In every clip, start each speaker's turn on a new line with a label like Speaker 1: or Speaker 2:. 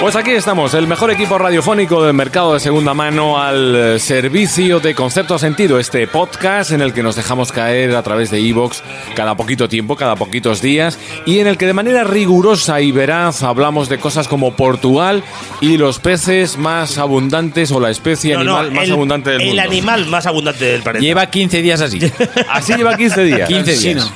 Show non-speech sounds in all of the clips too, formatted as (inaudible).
Speaker 1: Pues aquí estamos, el mejor equipo radiofónico del mercado de segunda mano al eh, servicio de Concepto Sentido, este podcast en el que nos dejamos caer a través de Evox cada poquito tiempo, cada poquitos días, y en el que de manera rigurosa y veraz hablamos de cosas como Portugal y los peces más abundantes o la especie
Speaker 2: No, no,
Speaker 1: animal más
Speaker 2: el-
Speaker 1: abundante del
Speaker 2: el
Speaker 1: mundo.
Speaker 2: animal más abundante del planeta.
Speaker 3: Lleva 15 días así.
Speaker 1: Así lleva 15 días.
Speaker 3: 15
Speaker 1: Sí,
Speaker 3: días.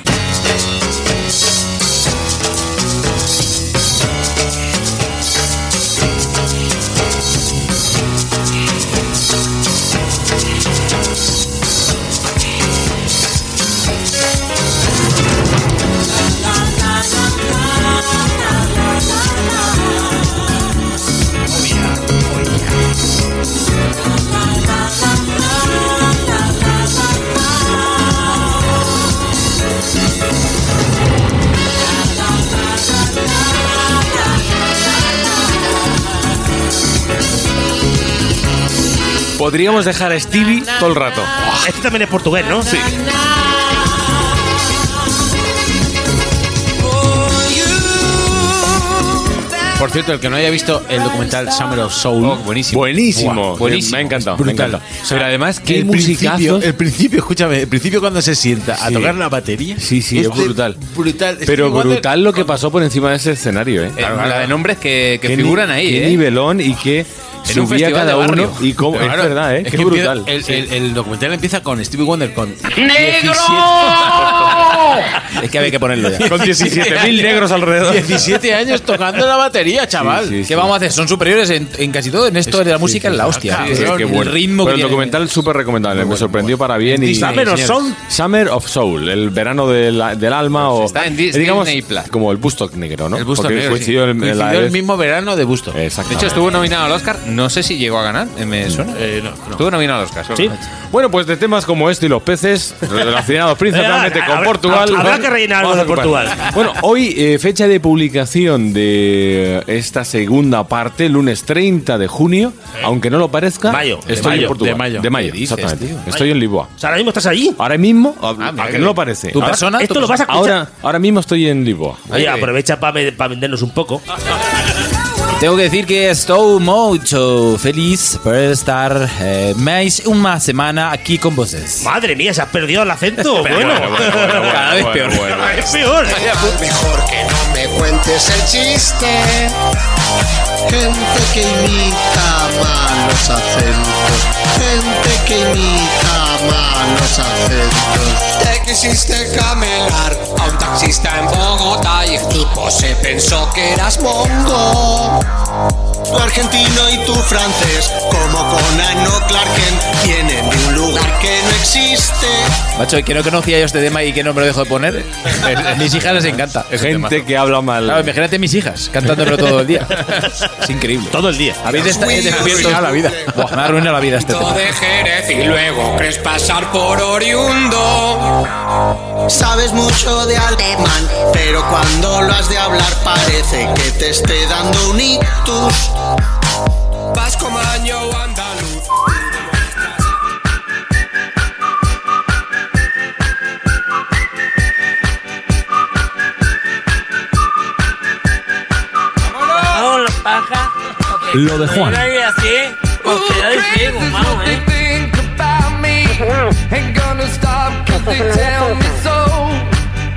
Speaker 1: Podríamos dejar a Stevie todo el rato.
Speaker 2: Este también es portugués, ¿no? Sí.
Speaker 3: Por cierto, el que no haya visto el documental Summer of Soul. buenísimo.
Speaker 1: Oh, Buenísimo.
Speaker 3: buenísimo.
Speaker 1: Me ha encantado,
Speaker 3: Es
Speaker 1: me
Speaker 3: brutal.
Speaker 1: ha encantado.
Speaker 3: Sobre además, qué
Speaker 1: El
Speaker 3: musicazos.
Speaker 1: principio-
Speaker 3: El principio, escúchame, el principio cuando se sienta a tocar la batería.
Speaker 1: Sí, sí, es brutal.
Speaker 3: Brutal.
Speaker 1: Pero
Speaker 3: Stevie Wonder-
Speaker 1: brutal lo que pasó por encima de ese escenario, Ah. ¿eh?
Speaker 3: Eh, la de nombres que, que
Speaker 1: Qué ni-
Speaker 3: figuran ahí,
Speaker 1: qué
Speaker 3: ¿eh?
Speaker 1: nivelón y que
Speaker 3: En un
Speaker 1: subía
Speaker 3: festival
Speaker 1: cada
Speaker 3: de barrio.
Speaker 1: uno. Y cómo,
Speaker 3: Pero
Speaker 1: es
Speaker 3: claro,
Speaker 1: verdad, ¿eh?
Speaker 3: es
Speaker 1: qué
Speaker 3: que empieza-
Speaker 1: brutal.
Speaker 3: El,
Speaker 1: Sí.
Speaker 3: el- el documental empieza con Stevie Wonder con.
Speaker 1: ¡Negro!
Speaker 3: 17. es que había que ponerlo ya.
Speaker 1: Con 17.000 (laughs)
Speaker 3: (laughs)
Speaker 1: negros alrededor.
Speaker 3: 17 años tocando la batería, chaval.
Speaker 1: Sí, sí,
Speaker 3: ¿Qué
Speaker 1: sí.
Speaker 3: vamos a hacer? Son superiores en, en casi todo. En esto de la música es la hostia.
Speaker 1: Sí,
Speaker 3: Cabrón,
Speaker 1: qué bueno.
Speaker 3: El ritmo
Speaker 1: Pero el
Speaker 3: que tiene.
Speaker 1: documental súper recomendable. Me
Speaker 3: bueno,
Speaker 1: sorprendió para bien. y
Speaker 2: Summer of Soul.
Speaker 1: Summer of Soul, el verano de la- del alma o.
Speaker 3: está en Dis-
Speaker 1: digamos,
Speaker 3: Disney Plus.
Speaker 1: Como el Bustock negro, ¿no?
Speaker 3: El Busto
Speaker 1: Porque
Speaker 3: Negro, sí.
Speaker 1: coincidió en- en la-
Speaker 3: Coincidió el mismo verano de Busto.
Speaker 1: Exactamente. Mm.
Speaker 4: De hecho, estuvo nominado al Oscar. No sé si llegó a ganar, eh, me suena.
Speaker 3: Eh, no, no.
Speaker 4: Estuvo nominado al Oscar.
Speaker 2: Sí.
Speaker 1: Bueno, pues de temas como este y los peces,
Speaker 2: (laughs)
Speaker 1: relacionados principalmente
Speaker 2: Eh,
Speaker 1: con
Speaker 2: habrá-
Speaker 1: Portugal.
Speaker 2: habrá
Speaker 1: vamos-
Speaker 2: que rellenar algo
Speaker 1: vamos a
Speaker 2: de
Speaker 1: ocupar.
Speaker 2: Portugal.
Speaker 1: Bueno, hoy, eh, fecha de publicación de eh, esta segunda parte, lunes 30 de junio, aunque no lo parezca.
Speaker 2: Mayo, de
Speaker 1: estoy
Speaker 2: mayo,
Speaker 1: en Portugal.
Speaker 3: de mayo. ¿Qué dices,
Speaker 1: exactamente.
Speaker 3: tío?
Speaker 1: Estoy en Lisboa.
Speaker 2: O sea, ahora mismo estás allí.
Speaker 1: Ahora mismo, a,
Speaker 3: Ah, mira,
Speaker 1: a que
Speaker 3: qué
Speaker 1: no lo
Speaker 3: bien.
Speaker 1: parece.
Speaker 3: ¿Tu
Speaker 1: ahora,
Speaker 3: persona?
Speaker 2: Esto
Speaker 3: ¿Tu
Speaker 2: lo vas a escuchar.
Speaker 1: ahora, ahora mismo estoy en Lisboa.
Speaker 2: Oye, aprovecha para vendernos un poco.
Speaker 3: Tengo que decir que estoy mucho feliz por estar eh, más una semana aquí con vosotros.
Speaker 2: Madre mía, se has perdido el acento. (laughs) bueno,
Speaker 3: Cada vez peor.
Speaker 2: es peor.
Speaker 5: pues.
Speaker 6: Mejor que no me cuentes el chiste. Gente que imita malos acentos. Gente que imita malos acentos.
Speaker 5: Te quisiste camelar a un taxista en Bogotá y el tipo se pensó que eras
Speaker 6: Pongo tu argentino y tu francés, como Conan o Clark Kent, vienen de un lugar que no existe.
Speaker 3: Macho, que no conocía yo este tema y que no me lo dejo de (laughs) poner. Mis hijas les encanta. ese tema.
Speaker 1: Gente que habla mal.
Speaker 3: Claro, imagínate mis hijas cantándomelo todo el (laughs) día. Es increíble.
Speaker 2: Todo el día.
Speaker 3: Habéis desta- he descubierto la vida. (laughs) me ha arruinado la vida este
Speaker 5: Pinto
Speaker 3: tema.
Speaker 5: de Jerez y luego crees pasar por oriundo.
Speaker 6: Sabes mucho de alemán, pero cuando lo has de hablar parece que te esté dando un ictus.
Speaker 5: Vas como andaluz.
Speaker 7: Lo de Juan.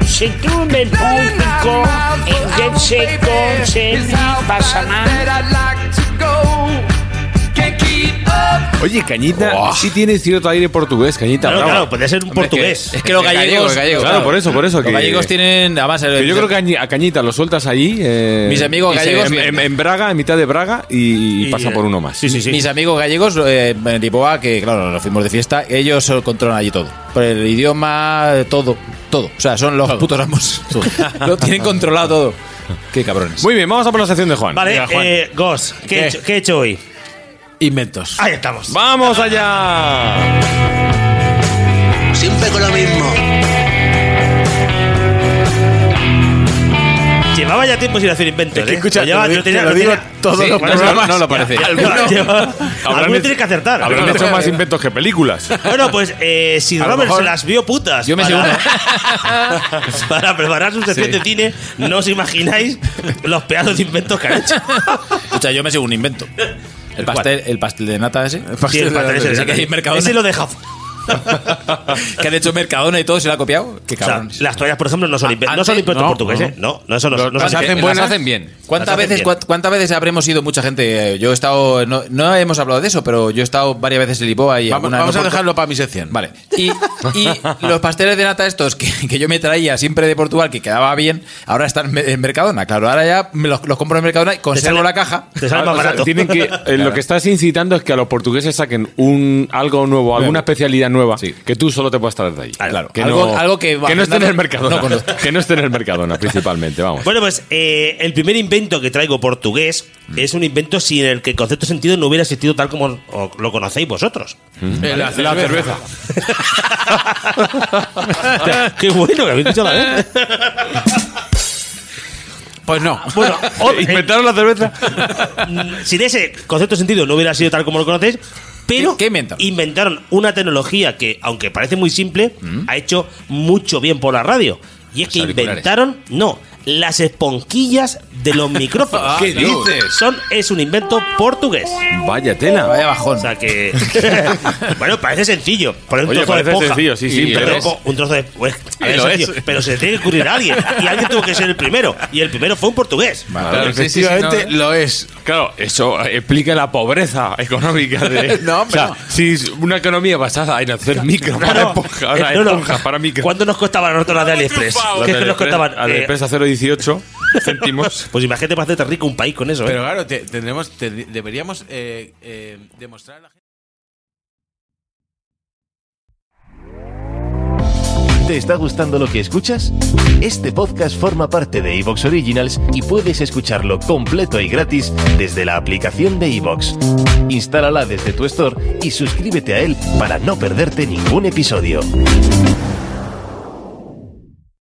Speaker 8: Si tú en el público engénse con Semi Pasamán.
Speaker 1: Oye, Cañita sí tiene cierto aire portugués, Cañita.
Speaker 2: Claro,
Speaker 1: bravo.
Speaker 2: claro, podría ser un
Speaker 1: Hombre,
Speaker 2: portugués.
Speaker 3: Es que los gallegos.
Speaker 1: Claro, por eso, por eso.
Speaker 3: Los
Speaker 1: que-
Speaker 3: gallegos tienen. Además, el-
Speaker 1: que yo creo que a Ñi- a Cañita lo sueltas allí. eh,
Speaker 3: Mis amigos
Speaker 1: y se-
Speaker 3: gallegos-
Speaker 1: En, en- en Braga, en mitad de Braga, y,
Speaker 2: Y,
Speaker 1: pasa
Speaker 2: eh,
Speaker 1: por uno más.
Speaker 2: Sí, sí, sí.
Speaker 3: Mis amigos gallegos eh, en Ripoa, que claro, nos fuimos de fiesta, ellos solo controlan allí todo. Por el idioma, todo, todo. O sea, son los putos amos. (laughs) Lo tienen controlado todo. Qué cabrones.
Speaker 1: Muy bien, vamos a por la sección de Juan.
Speaker 2: Vale,
Speaker 1: Venga, Juan.
Speaker 2: eh, Gos, ¿qué,
Speaker 3: ¿Qué?
Speaker 2: He hecho, qué he hecho hoy?
Speaker 3: Inventos.
Speaker 2: Ahí estamos. (laughs)
Speaker 1: ¡Vamos allá!
Speaker 6: Siempre con lo mismo.
Speaker 2: Llevaba ya tiempo sin hacer inventos.
Speaker 7: Es que
Speaker 2: ¿eh?
Speaker 7: escucha,
Speaker 2: Lo llevaba-
Speaker 7: te lo
Speaker 2: lo tenía-
Speaker 7: digo- te
Speaker 2: lo
Speaker 7: lo
Speaker 2: tenía-
Speaker 7: digo todos
Speaker 2: Sí,
Speaker 7: los
Speaker 2: bueno,
Speaker 7: programas.
Speaker 1: No lo parece.
Speaker 2: Alguno, lleva- alguno tiene que acertar.
Speaker 1: Habrán hecho más inventos que películas.
Speaker 2: Bueno, pues eh, si
Speaker 1: A lo
Speaker 2: Robert
Speaker 1: mejor-
Speaker 2: se las vio putas
Speaker 3: Yo me sé ¿eh?
Speaker 2: para, (laughs) para preparar su sección de cine, no os imagináis los pedazos de inventos que ha (laughs) hecho.
Speaker 3: O sea, yo me sé un invento. El pastel, el pastel de nata ese.
Speaker 2: Sí, el pastel ese,
Speaker 3: Ese que hay en Mercadona.
Speaker 2: Ese lo deja. fu-
Speaker 3: (laughs) que han hecho Mercadona y todo se lo ha copiado. Qué
Speaker 2: O sea,
Speaker 3: cabrones.
Speaker 2: las toallas, por ejemplo, no son, inven- no
Speaker 3: antes-
Speaker 2: son inventos
Speaker 3: no,
Speaker 2: portugueses. ¿eh? No, no, eso no, son- no son
Speaker 4: Las hacen,
Speaker 2: inventos.
Speaker 4: buenas.
Speaker 2: Las
Speaker 4: hacen bien.
Speaker 2: las
Speaker 3: ¿Cuántas
Speaker 2: hacen
Speaker 3: veces,
Speaker 2: bien.
Speaker 3: cuán- ¿Cuántas veces habremos ido mucha gente? Eh, Yo he estado. No, no hemos hablado de eso, pero yo he estado varias veces en Lisboa y
Speaker 7: Vamos,
Speaker 3: alguna-
Speaker 7: vamos
Speaker 3: no
Speaker 7: a
Speaker 3: por-
Speaker 7: dejarlo para mi sección.
Speaker 3: Vale. Y, y los pasteles de nata estos que, que yo me traía siempre de Portugal, que quedaba bien, ahora están me- en Mercadona. Claro, ahora ya me los, los compro en Mercadona y conservo
Speaker 2: sale-
Speaker 3: la caja.
Speaker 2: Te (laughs) sale
Speaker 1: Ah,
Speaker 2: más
Speaker 1: o sea,
Speaker 2: barato.
Speaker 1: tienen que, eh,
Speaker 2: (laughs)
Speaker 1: Lo que estás incitando es que a los portugueses saquen un algo nuevo, alguna especialidad nueva que tú solo te puedas traer de ahí.
Speaker 3: Claro.
Speaker 1: Que
Speaker 3: Algo-
Speaker 1: no,
Speaker 3: algo que-
Speaker 1: no esté en el Mercadona.
Speaker 3: No conozco.
Speaker 1: (laughs) que no esté en el Mercadona, principalmente, vamos.
Speaker 2: Bueno, pues eh, el primer invento que traigo portugués
Speaker 4: Mm.
Speaker 2: es un invento sin el que el concepto sentido no hubiera existido tal como o- lo conocéis vosotros.
Speaker 7: Eh, (laughs) la cerveza.
Speaker 2: Qué bueno que habéis dicho la vez.
Speaker 7: Pues no. (laughs)
Speaker 2: Bueno, otro-
Speaker 1: ¿Inventaron la cerveza?
Speaker 2: Mm, sin ese concepto sentido no hubiera sido tal como lo conocéis, pero
Speaker 3: ¿Qué- qué inventaron?
Speaker 2: inventaron una tecnología que, aunque parece muy simple,
Speaker 3: Mm.
Speaker 2: ha hecho mucho bien por la radio. Y es que
Speaker 4: auriculares.
Speaker 2: inventaron, no, las esponquillas de
Speaker 3: (laughs)
Speaker 2: los
Speaker 3: Ah,
Speaker 2: micrófonos.
Speaker 4: ¿Qué dices?
Speaker 2: Son, es un invento portugués.
Speaker 1: Vaya tela.
Speaker 3: Vaya bajón.
Speaker 2: O sea
Speaker 3: (laughs)
Speaker 2: que. bueno, parece sencillo. Poner un
Speaker 1: Oye,
Speaker 2: trozo de
Speaker 1: parece
Speaker 2: esponja.
Speaker 1: sencillo, sí, sí,
Speaker 2: Y-
Speaker 1: pero
Speaker 2: pero
Speaker 1: es-
Speaker 2: co- un trozo de. pues, a ver,
Speaker 4: Y lo
Speaker 2: sencillo,
Speaker 4: es.
Speaker 2: pero se le tiene que ocurrir a alguien. Y alguien tuvo que ser el primero. Y el primero fue un portugués.
Speaker 4: Claro, sí, sí, sí,
Speaker 7: Efectivamente
Speaker 4: no.
Speaker 7: lo es.
Speaker 1: Claro, eso explica la pobreza
Speaker 7: (laughs)
Speaker 1: económica de.
Speaker 7: No,
Speaker 1: o sea,
Speaker 7: pero-
Speaker 1: si es una economía basada en hacer micro para
Speaker 2: Claro.
Speaker 1: esponja, ahora
Speaker 2: Eh, no, no.
Speaker 1: esponjas para micro.
Speaker 2: ¿Cuánto nos costaban a nosotros las de AliExpress?
Speaker 1: Las
Speaker 2: ¿Qué
Speaker 1: de
Speaker 2: nos
Speaker 1: Aliexpress-
Speaker 2: costaban?
Speaker 7: eh,
Speaker 1: Aliexpress
Speaker 7: (laughs)
Speaker 1: a 0,18 céntimos.
Speaker 2: Eh, pues imagínate para hacerte rico un país con eso, ¿eh?
Speaker 7: Pero claro, te- tendremos, te- deberíamos eh, eh, demostrar a la gente.
Speaker 9: ¿Te está gustando lo que escuchas? Este podcast forma parte de Evox Originals y puedes escucharlo completo y gratis desde la aplicación de Evox. Instálala desde tu store y suscríbete a él para no perderte ningún episodio.